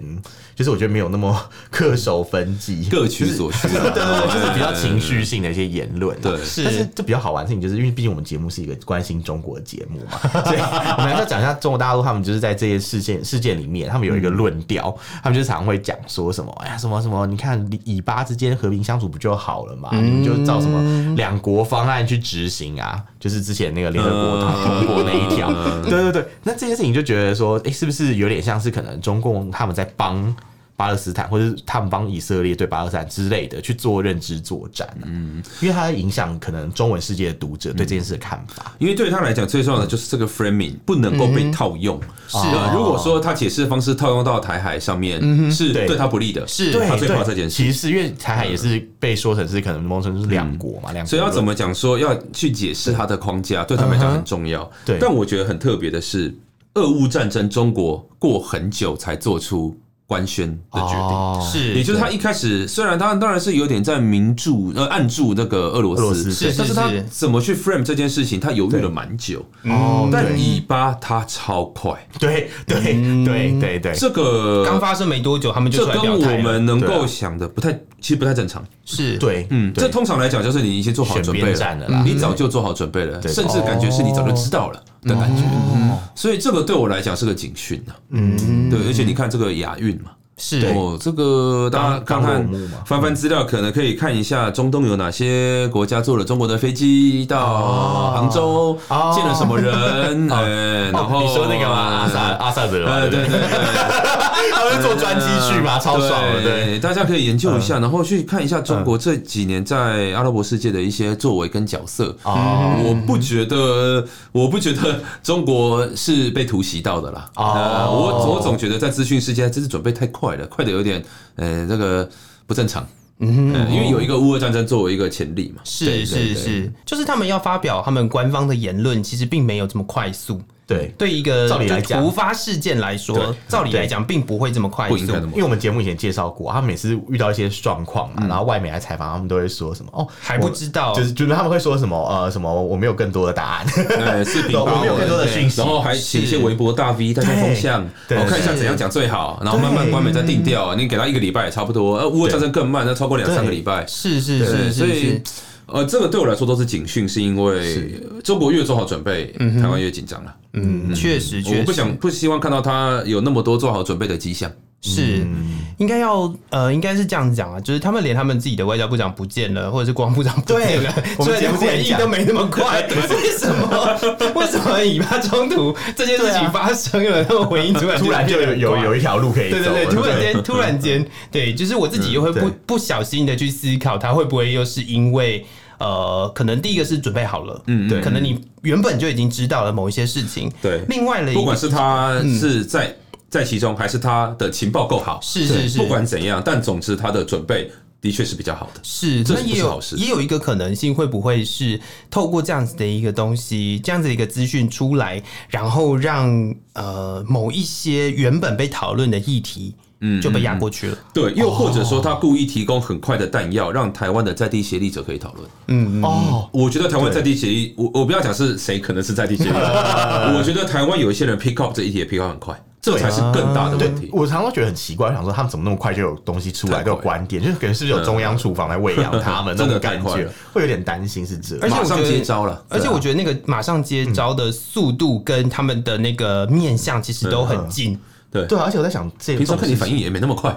B: 就是我觉得没有那么 恪守分际，
A: 各取所需、
B: 对对对，
A: 啊，
B: 嗯就是比较情绪性的一些言论啊、
A: 对
B: 但是这比较好玩的事情，就是因为毕竟我们节目是一个关心中国的节目嘛，所以我们还是要讲一下中国大陆，他们就是在这些事件事件里面，他们有一个论调，他们就常会讲说什么，哎呀，什么什么，你看以巴之间和平相处不就好了嘛？你们就照什么两国方案去执行啊，就是之前那个联合国通通过那一条，对对对。那这件事情就觉得说，哎、是不是有点像是可能中共他们在帮？巴勒斯坦，或者是他们帮以色列对巴勒斯坦之类的去做认知作战、嗯，因为它影响可能中文世界的读者对这件事的看法。
A: 因为对他来讲，最重要的就是这个 framing 不能够被套用。是
B: 哦嗯
A: 如果说他解释的方式套用到台海上面，是
B: 对
A: 对他不利的，
C: 是
B: 对，
A: 他最怕
B: 对
A: 这件事
B: 其实是因为台海也是被说成是可能某种程度是两国嘛，两、国论。
A: 嗯所以要怎么讲说要去解释它的框架，对他们来讲很重要。
B: 对
A: 但我觉得很特别的是，俄乌战争中国过很久才做出官宣的决定。
B: 哦
C: 是，
A: 也就是他一开始，虽然他当然是有点在明注呃暗注那个俄罗
B: 俄罗
A: 斯，
B: 斯
C: 是
A: 但
C: 是
A: 是他
C: 是
A: 怎么去 frame 这件事情，他犹豫了蛮久。
B: 哦，
A: 但
B: 对哎
A: 以巴他超快，
B: 对对对对对，
A: 这
C: 刚
A: 个
C: 发生没多久，他们就
A: 这
C: 出来表
A: 跟
C: 态
A: 我
C: 了。
A: 们能
B: 对
A: 够
B: 啊
A: 想的不太，其实不太正常。
C: 是，
B: 对，
A: 嗯，
B: 对
A: 这通常来讲就是你已经做好
B: 选
A: 准备
B: 边
A: 了，
B: 站了啦
A: 你早就做好准备了，
B: 对
A: 甚至感觉是你早就知道了的感觉。哦嗯所以这个对我来讲是个警讯啊。嗯，对，而且你看这个亚运嘛。
C: 是
A: 哦，这个大家看
B: 刚刚
A: 看
B: 落幕嘛
A: 翻翻资料，可能可以看一下中东有哪些国家坐了中国的飞机到杭州，
B: 哦
A: 见了什么人，哎，然后
B: 哦你说那个嘛，阿萨阿萨德嘛，
A: 呃，对
B: 不
A: 对对，
B: 他们坐专机去嘛，超爽的，对。嗯
A: 对，大家可以研究一下，然后去看一下中国这几年在阿拉伯世界的一些作为跟角色。
B: 哦
A: 我不觉得，我不觉得中国是被突袭到的啦。
B: 哦
A: 呃我我总觉得在资讯世界，真是准备太快了，快的有点，呃，这个不正常。嗯，因为有一个乌俄战争作为一个前 例嘛。
C: 是是是，就是他们要发表他们官方的言论，其实并没有这么快速。
B: 对，
C: 对一个
B: 照理来
C: 就
B: 讲
C: 突发事件来说
B: 对，
C: 照理来讲并不会这么快
A: 不应该的
C: 速
A: 嘛。
B: 因为我们节目以前介绍过，他们每次遇到一些状况
A: 嗯
B: 嘛，然后外媒来采访，他们都会说什么哦，
C: 还不知道
B: 就是就是他们会说什么呃什么我没有更多的答案，
A: 呃，视频
B: 我
A: 发
B: 们有更多的
A: 文。
B: 讯息
A: 然，后还请一些微博大 V 带带风向，
B: 对
A: 然后看一下
B: 对
A: 怎样讲最好，然后慢慢
B: 对
A: 关门再定调。你给他一个礼拜也差不多，呃，乌俄战争更慢，那超过两三个
B: 对
A: 礼拜。
C: 是是
A: 对
C: 是
A: 所
C: 是
A: 以
C: 是，
A: 呃，这个对我来说都是警讯，是因为中国越做好准备，台湾越紧张了。
C: 嗯，确实嗯确实，
A: 我不想不希望看到他有那么多做好准备的迹象。
B: 嗯
C: 是，
A: 嗯
C: 应该要呃，应该是这样讲啊，就是他们连他们自己的外交部长不见了，或者是国防部长不见了，
B: 我们
C: 所以
B: 节目之前
C: 回应
B: 讲
C: 都没那么快，为什么？为什么以巴冲突这件事情发生了，他们回应突然
B: 突然就有有有
C: 一。
B: 一条路可以走
C: 对
B: 了，
C: 对对，
B: 对不
C: 突
B: 对
C: 然间，突然间，对，就是我自己也会不
B: 对
C: 不小心的去思考，他会不会又是因为呃，可能第一个是准备好了，嗯，
B: 对
C: 可能你原本就已经知道了某一些事情，
A: 对
C: 另外的一
A: 不
C: 个
A: 管是他
C: 嗯
A: 是在、在其中，还是他的情报够好，
C: 是是是
A: 不管怎样，但总之他的准备的确是比较好的。
C: 是，
A: 这
C: 那
A: 是不
C: 也
A: 是
C: 有
A: 好事
C: 也有一个可能性，会不会是透过这样子的一个东西，这样子的一个资讯出来，然后让呃某一些原本被讨论的议题，嗯，就被压过去了。
A: 对，又或者说他故意提供很快的弹药，让台湾的在地协力者可以讨论。
B: 哦，
A: 我觉得台湾在地协力， 我我不要讲是谁可能是在地协力者，我觉得台湾有一些人 pick up 这一题也 pick up 很快。这才是更大的
B: 对
A: 问题。
B: 我常常觉得很奇怪，我想说他们怎么那么快就有东西出来，
A: 太快嗯
B: 都有观点，就是可能是不是有中央厨房来喂养 他们那
A: 真
B: 种
A: 的
B: 感
A: 太快
B: 觉
A: 了，
B: 会有点担心是这样。
C: 而且我
A: 马
C: 觉
A: 上
C: 得
A: 接招了，啊
C: 而且我觉得那个马上接招的速度跟他们的那个面相其实都很近，
A: 对
B: 对啊，而且我在想，这
A: 平常
B: 种
A: 看你 反应也没那么快，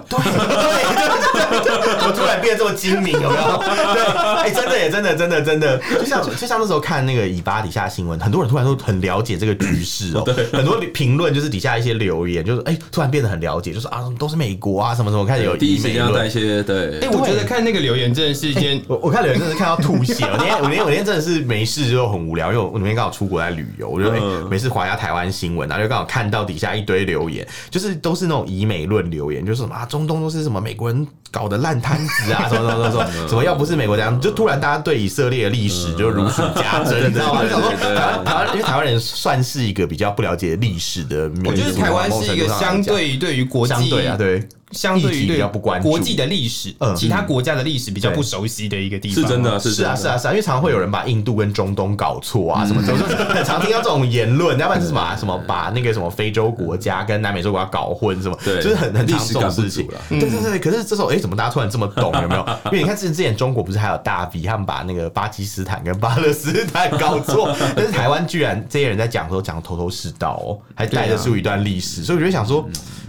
B: 对，我突然变得这么精明，有没 有？对，哎、真的耶，真的，真的，真的，就像就像那时候看那个尾巴底下新闻，很多人突然都很了解这个局势 哦、很多评论就是底下一些留言，就是哎、突然变得很了解，就是啊，都是美国啊，什么什么，开始有
A: 第一
B: 移
A: 时
B: 美
A: 间要带
B: 论
A: 一。些对
C: 哎、。我觉得看那个留言真的是一件
B: 我我看留言真的是看到吐血，我那天我那天我那天真的是没事就很无聊，因为我那天刚好出国在旅游，我就、哎
A: 嗯
B: 没事划一下台湾新闻，然后就刚好看到底下一堆留言，就是都是那种以美论留言，就是什么啊中东都是什么美国人搞的烂摊子啊，什么什么
C: 嗯
B: 什么什么，什么要不是美国怎样，就突然大家对以色列的历史就如数家珍，
C: 嗯
B: 你知道吗？
A: 对对
B: 就想说
A: 对对对
B: 台湾台湾因为台湾人算是一个比较不了解历史的民族，啊
C: 我觉得台湾是一个相对于对于国际
B: 相对啊对。
C: 相对
B: 议
C: 于
B: 题比
C: 对
B: 较不关注
C: 国际的历史
B: 嗯，
C: 其他国家的历史比较
B: 对
C: 不熟悉的一个地
A: 是
C: 方，
A: 真的，
B: 是
A: 真的嗯
B: 啊，是啊，是啊，因为常常会有人把印度跟中东搞错啊，什么， 就是很常听到这种言论，要不然是什么啊什么把那个什么非洲国家跟南美洲国家搞混，什么，
A: 对
B: 就是很很常
A: 历史
B: 这种
A: 感不
B: 事
A: 足
B: 情
A: 啦。
B: 对对对，可是这时候，哎，怎么大家突然这么懂？有没有？因为你看之前之前中国不是还有大 V 他们把那个巴基斯坦跟巴勒斯坦搞错，但是台湾居然这些人在讲的时候讲得头头是道哦，还带得出一段历史，所以我就想说。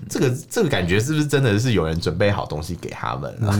B: 这个这个感觉是不是真的是有人准备好东西给他们啊？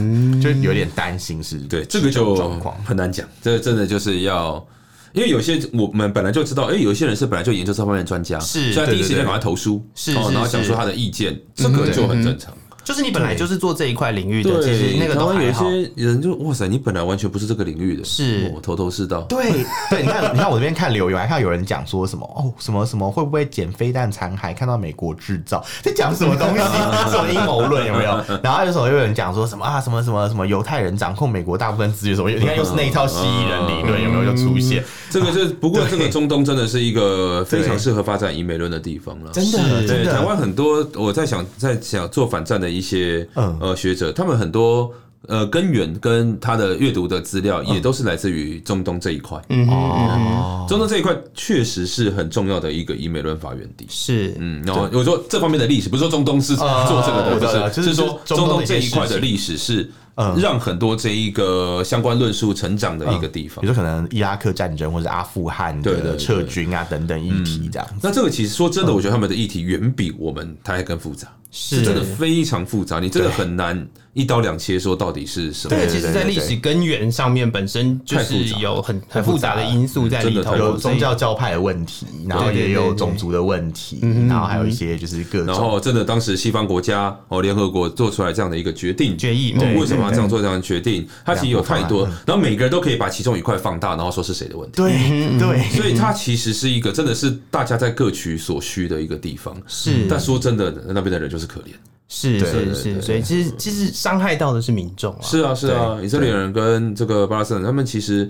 B: 就有点担心是
A: 对，这个就
B: 状况
A: 很难讲，这真的就是要。因为有些我们本来就知道，哎、有一些人是本来就研究这方面的专家，
B: 是
A: 所以他
B: 对
A: 第一时
B: 对对
A: 间赶快投书，
C: 是
A: 哦
C: 是嗯
A: 然后讲出他的意见，这个就很正常。
C: 就是你本来就是做这一块领域的，其实那个
A: 台
C: 都
A: 湾有
C: 还
A: 一
C: 好。
A: 些人就哇塞，你本来完全不是这个领域的，
C: 是
A: 我头头是道，
B: 对 对，你看，你看我这边看留言，还看到有人讲说什么哦，什么什么会不会捡飞弹残骸？看到美国制造在讲什么东西？什么阴谋论有没有？然后有时候又有人讲说什么啊，什么什么什么犹太人掌控美国大部分资源什么？你看又是那一套蜥蜴人理论有没有就出现？
A: 这个就不过这个中东真的是一 个非
B: 对
A: 常适合发展以美论的地方了。
B: 真的
A: 对，
C: 是
B: 真
A: 台
B: 的
A: 湾很多我在想在想做反战的一些、
B: 嗯
A: 呃学者，他们很多呃根源跟他的阅读的资料
B: 嗯
A: 也都是来自于中东这一块。
C: 嗯哼嗯哼，
B: 哦
A: 中东这一块确实是很重要的一个以美论法源地。
C: 是
A: 嗯，然后我说这方面的历史，不是说中东是做这
B: 啊我
A: 个
B: 知道
A: 的，不，
B: 就是是
A: 是说
B: 中
A: 中
B: 东
A: 东
B: 的一些
A: 这一块
B: 事
A: 的
B: 情
A: 历史是
B: 嗯
A: 让很多这一个相关论述成长的一个地
B: 比
A: 方
B: 如。说可能伊拉克战争或者阿富汗
A: 对对
B: 的
A: 对
B: 撤军啊等等议题这样子。
A: 那这个其实说真
B: 嗯
A: 的，我觉得他们的议题远比我们它还更复杂，
C: 是
A: 真的非常复杂，你真的很难一刀两切说到底是什么
C: 这。个
B: 对
C: 其实在历史根源上面本身就是有很很复杂的因素在里
A: 太
C: 头，
A: 复杂了
B: 有
A: 嗯
B: 宗教教派的问题，然后
C: 对对
B: 也
C: 对
B: 有
C: 对
B: 种族的问题，然后还有一些就是各
A: 然
B: 种
A: 后，真的，当时西方国家哦，联合国做出来这样的一个决定，
C: 决议
A: 哦
C: 对
A: 为什么要这样做这样的决定？它其实有太多
B: 两个，
C: 嗯
A: 然后每个人都可以把其中一块放大，然后说是谁的问题。
B: 对对，
C: 嗯
A: 所以它其实是一个真的是大家在各取所需的一个地方。
C: 是
A: 但说真的，那边的人就是可怜。
C: 是
B: 对对
C: 是是，所以其实其实伤害到的是民众啊，
A: 是啊，是啊，以色列人跟这个巴勒斯坦，他们其实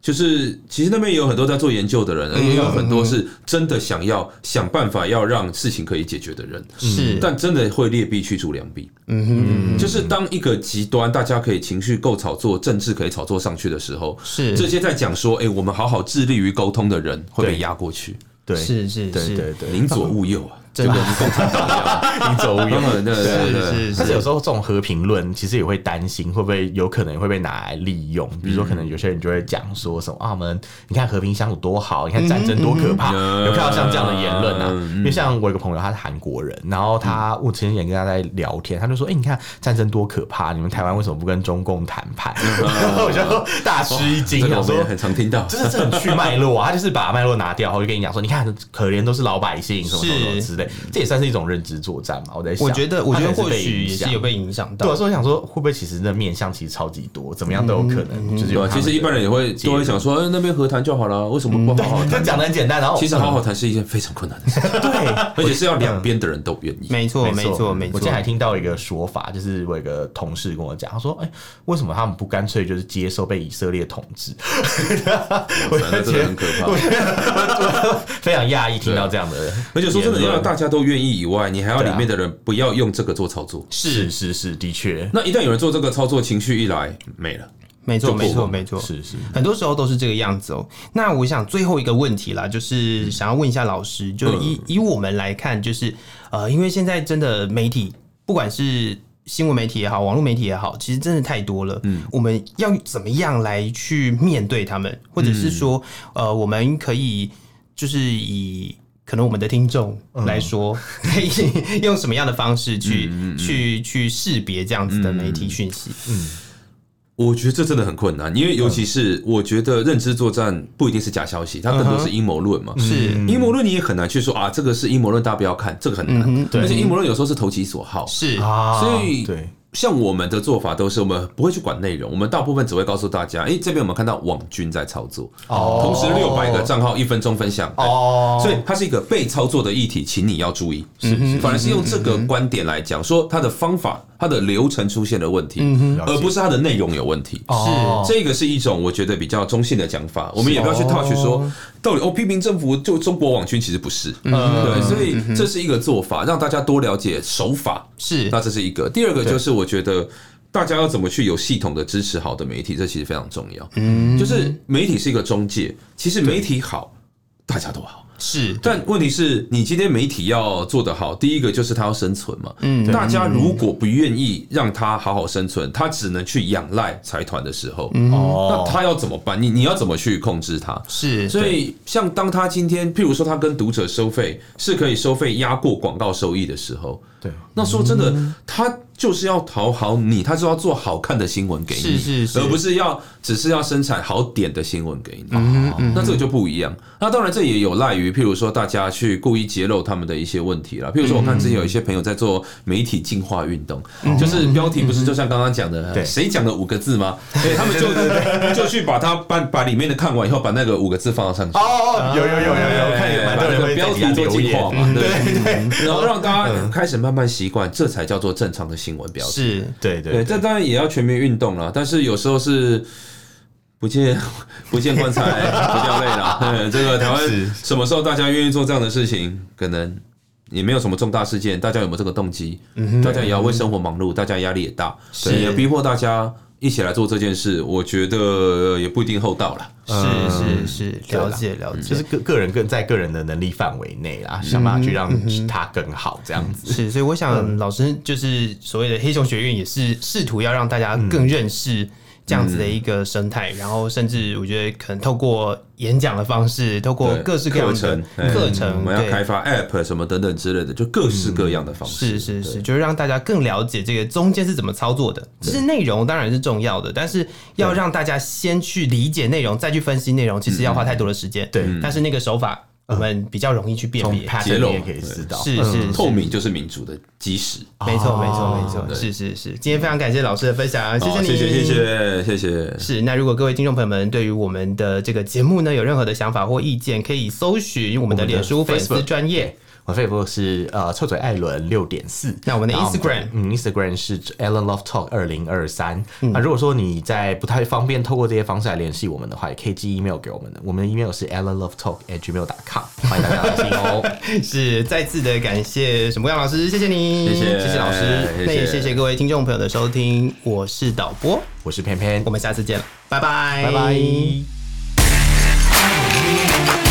A: 就是其实那边也有很多在做研究的人，也有很多是真的想要想办法要让事情可以解决的人，
C: 是
A: 但真的会劣币驱逐良币。嗯哼，就是当一个极端大家可以情绪够炒作，政治可以炒作上去的时候，
C: 是
A: 这些在讲说，哎，我们好好致力于沟通的人会被压过去，
B: 对
C: 是是
B: 对
C: 是，
B: 对对，
A: 宁左勿右啊，
C: 真的
B: 你走无
A: 他们
B: 用。
A: 的对
C: 是是
B: 但是有
C: 是
B: 时候这种和平论，其实也会担心会不会有可能会被拿来利用。比如说，可能有些人就会讲说什么啊，我们你看和平相处多好，你看战争多可怕，
A: 嗯嗯嗯
B: 有看到像这样的言论啊。
A: 嗯
B: 因为像我有个朋友，他是韩国人，然后他我前几天也跟他在聊天，他就说，哎、你看战争多可怕，你们台湾为什么不跟中共谈判？然 后我就大吃一
A: 嗯
B: 惊，
A: 这个
B: 想
A: 我们
B: 说
A: 也很常听到，
B: 就是这很去脉络啊，他就是把脉络拿掉，然后就跟你讲说，你看可怜都是老百姓什么什么什么
C: 是
B: 之类，这也算是一种认知作战嘛。我在想，
C: 我觉得我觉得
B: 他可
C: 或
B: 能被
C: 许
B: 影
C: 也
B: 响
C: 是有被影响
B: 对我
C: 到，
B: 说，我想说会不会其实那面相其实超级多，怎么样都有可
C: 嗯
B: 能，就是
A: 对
B: 有
A: 吧？
B: 他
A: 其
B: 们
A: 实一般人也会
B: 结
A: 都会想说，哎，那边和谈就好了，为什么不好好
C: 嗯
B: 对，
A: 谈
B: 就？讲的很简单，然后嗯
A: 其实好好谈是一件非常困难的事 情，
B: 对。
A: 而且是要两边的人都愿意。
C: 没错没错没
B: 我
C: 错
B: 今，天还听到一个说法，就是我有一个同事跟我讲，他说：“哎、为什么他们不干脆就是接受被以色列统治？”
A: 哇
B: 我
A: 塞那真的
B: 就觉得
A: 很可怕
B: 我觉得非常讶异听到这样的言
C: 啊
B: 论。
A: 而且说真的，要大家都愿意以外，你还要
B: 对啊
A: 里面的人不要用这个做操作。
B: 是是是，的确，
A: 那一旦有人做这个操作，情绪一来没了，
C: 没错，
A: 就够
C: 没错，
A: 了
C: 没错，
B: 是是，
C: 很多时候都是这个样子哦。那我想最后一个问题啦，就是想要问一下老师，就以、以我们来看，就是呃，因为现在真的媒体，不管是新闻媒体也好，网络媒体也好，其实真的太多了。嗯，我们要怎么样来去面对他们，或者是说，呃，我们可以就是以。可能我们的听众来说，可以用什么样的方式去、去去识别这样子的媒体讯息？
A: 我觉得这真的很困难，因为尤其是我觉得认知作战不一定是假消息，它更多是阴谋论
B: 嗯
A: 嘛。
C: 是
A: 阴谋论你也很难去说啊，这个是阴谋论，大家不要看，这个很难。
C: 嗯哼
A: 而且阴谋论有时候是投其所好，
C: 是
B: 啊
A: 所以
B: 对，
A: 像我们的做法都是，我们不会去管内容，我们大部分只会告诉大家，哎、这边我们看到网军在操作，
B: 哦
A: 同时六百个账号一分钟分享，
B: 哦嗯
A: 所以它是一个被操作的议题，请你要注意。是
C: 是
A: 反而是用这个观点来讲，说它的方法、它的流程出现了问题，
B: 了解
A: 而不是它的内容有问题。
B: 嗯哦
A: 这个是一种我觉得比较中性的讲法，我们也不要去 touch 说到底哦，批评政府就中国网军其实不是，
B: 嗯
A: 对，所以这是一个做法，让大家多了解手法，
C: 是
A: 那这是一个。第二个就是我觉得。大家要怎么去有系统的支持好的媒体，这其实非常重要。嗯，就是媒体是一个中介，其实媒体好，大家都好。
C: 是
A: 但问题是你今天媒体要做得好，第一个就是它要生存嘛。嗯，大家如果不愿意让它好好生存，它只能去仰赖财团的时候，那
B: 哦，
A: 他要怎么办？你你要怎么去控制他？
C: 是，
A: 所以，像当他今天，譬如说他跟读者收费是可以收费压过广告收益的时候，
B: 对，
A: 那说真的，
C: 嗯
A: 他就是要讨好你，他就要做好看的新闻给你，
C: 是是是
A: 而不是要只是要生产好点的新闻给你。
C: 嗯
A: 哦那这个就不一样。那当然，这也有赖于，譬如说大家去故意揭露他们的一些问题啦。譬如说，我看之前有一些朋友在做媒体进化运动，
C: 嗯
A: 就是标题不是就像刚刚讲
B: 对
A: 的，谁讲的五个字吗？对，他们就 就去把它把把里面的看完以后，把那个五个字放到上去。
C: 啊
B: 哦，有有有有有，
A: 哎对
B: 看有蛮多人
A: 把那
B: 会
A: 个标
B: 在底
A: 题
B: 下
A: 做
B: 留
A: 进化
B: 言，
A: 嘛，对对，然后让大家开始慢慢习惯，这才叫做正常的新闻标题。
C: 是
B: 对
A: 对，
B: 对
A: 这当然也要全民运动了，但是有时候是不见 不见棺材不掉泪 啦。嗯这个台湾
B: 是
A: 什么时候大家愿意做这样的事情，可能也没有什么重大事件，大家有没有这个动机？大家也要为生活忙碌，大家压力也大，
C: 是
A: 也逼迫大家一起来做这件事，我觉得也不一定厚道了。
B: 嗯
C: 是是是，了解了
B: 就
C: 解
B: 是。个个人更在个人的能力范围内
C: 嗯
B: 啦，想办法去让他更好这样
A: 嗯
B: 子。
C: 是，所以我
B: 嗯
C: 想，老师就是所谓的黑熊学院，也是试图要让大
B: 嗯
C: 家更认识这样子的一个生态，然后甚至我觉得可能透过演讲的方式，透过
A: 对
C: 各式各
A: 课
C: 样的
A: 程，
C: 课
A: 嗯我
C: 程，
A: 们要
C: 对，
A: 开发 App 什么等等之类的，就各式各样的方式。
C: 嗯是是是，就是让大家更了解这个中间是怎么操作的。其实内容当然是重要的，但是要让大家先去理解内容，再去分析内容，其实要花太多的时间。
B: 对
C: 但是那个手法我们比较容易去辨
B: 从
C: 别。
A: 揭
B: pattern
A: 露
B: 你也可以知道，
C: 嗯
B: 嗯
C: 是是
A: 透明就是民主的基石。
C: 没错，没错，没
B: 哦
C: 错，
A: 对
C: 是是是。今天非常感谢老师的分享，谢
A: 好
C: 你，
A: 哦谢谢谢。谢谢谢。
C: 是，那如果各位听众朋友们对于我们的这个节目呢有任何的想法或意见，可以搜寻我们的
B: 我们的
C: 脸书粉丝
B: Facebook
C: 专业。
B: 我的 Facebook 是呃臭嘴艾伦六点四，
C: 那我们的
B: 然后
C: Instagram
B: 嗯 Instagram 是 Alan Love Talk 二零二三。
C: 嗯
B: 那如果说你在不太方便透过这些方式来联系我们的话，也可以寄 email 给我们的，我们的 email 是 Alan Love Talk at gmail.com，欢迎大家来信 哦。
C: 是再次的感谢沈博阳老师，谢谢你，
A: 谢谢
C: 谢谢老师，
A: 谢谢
C: 那也谢谢各位听众朋友的收听，我是导播，
B: 我是偏偏
C: 我，们下次见了，拜拜，
B: 拜拜。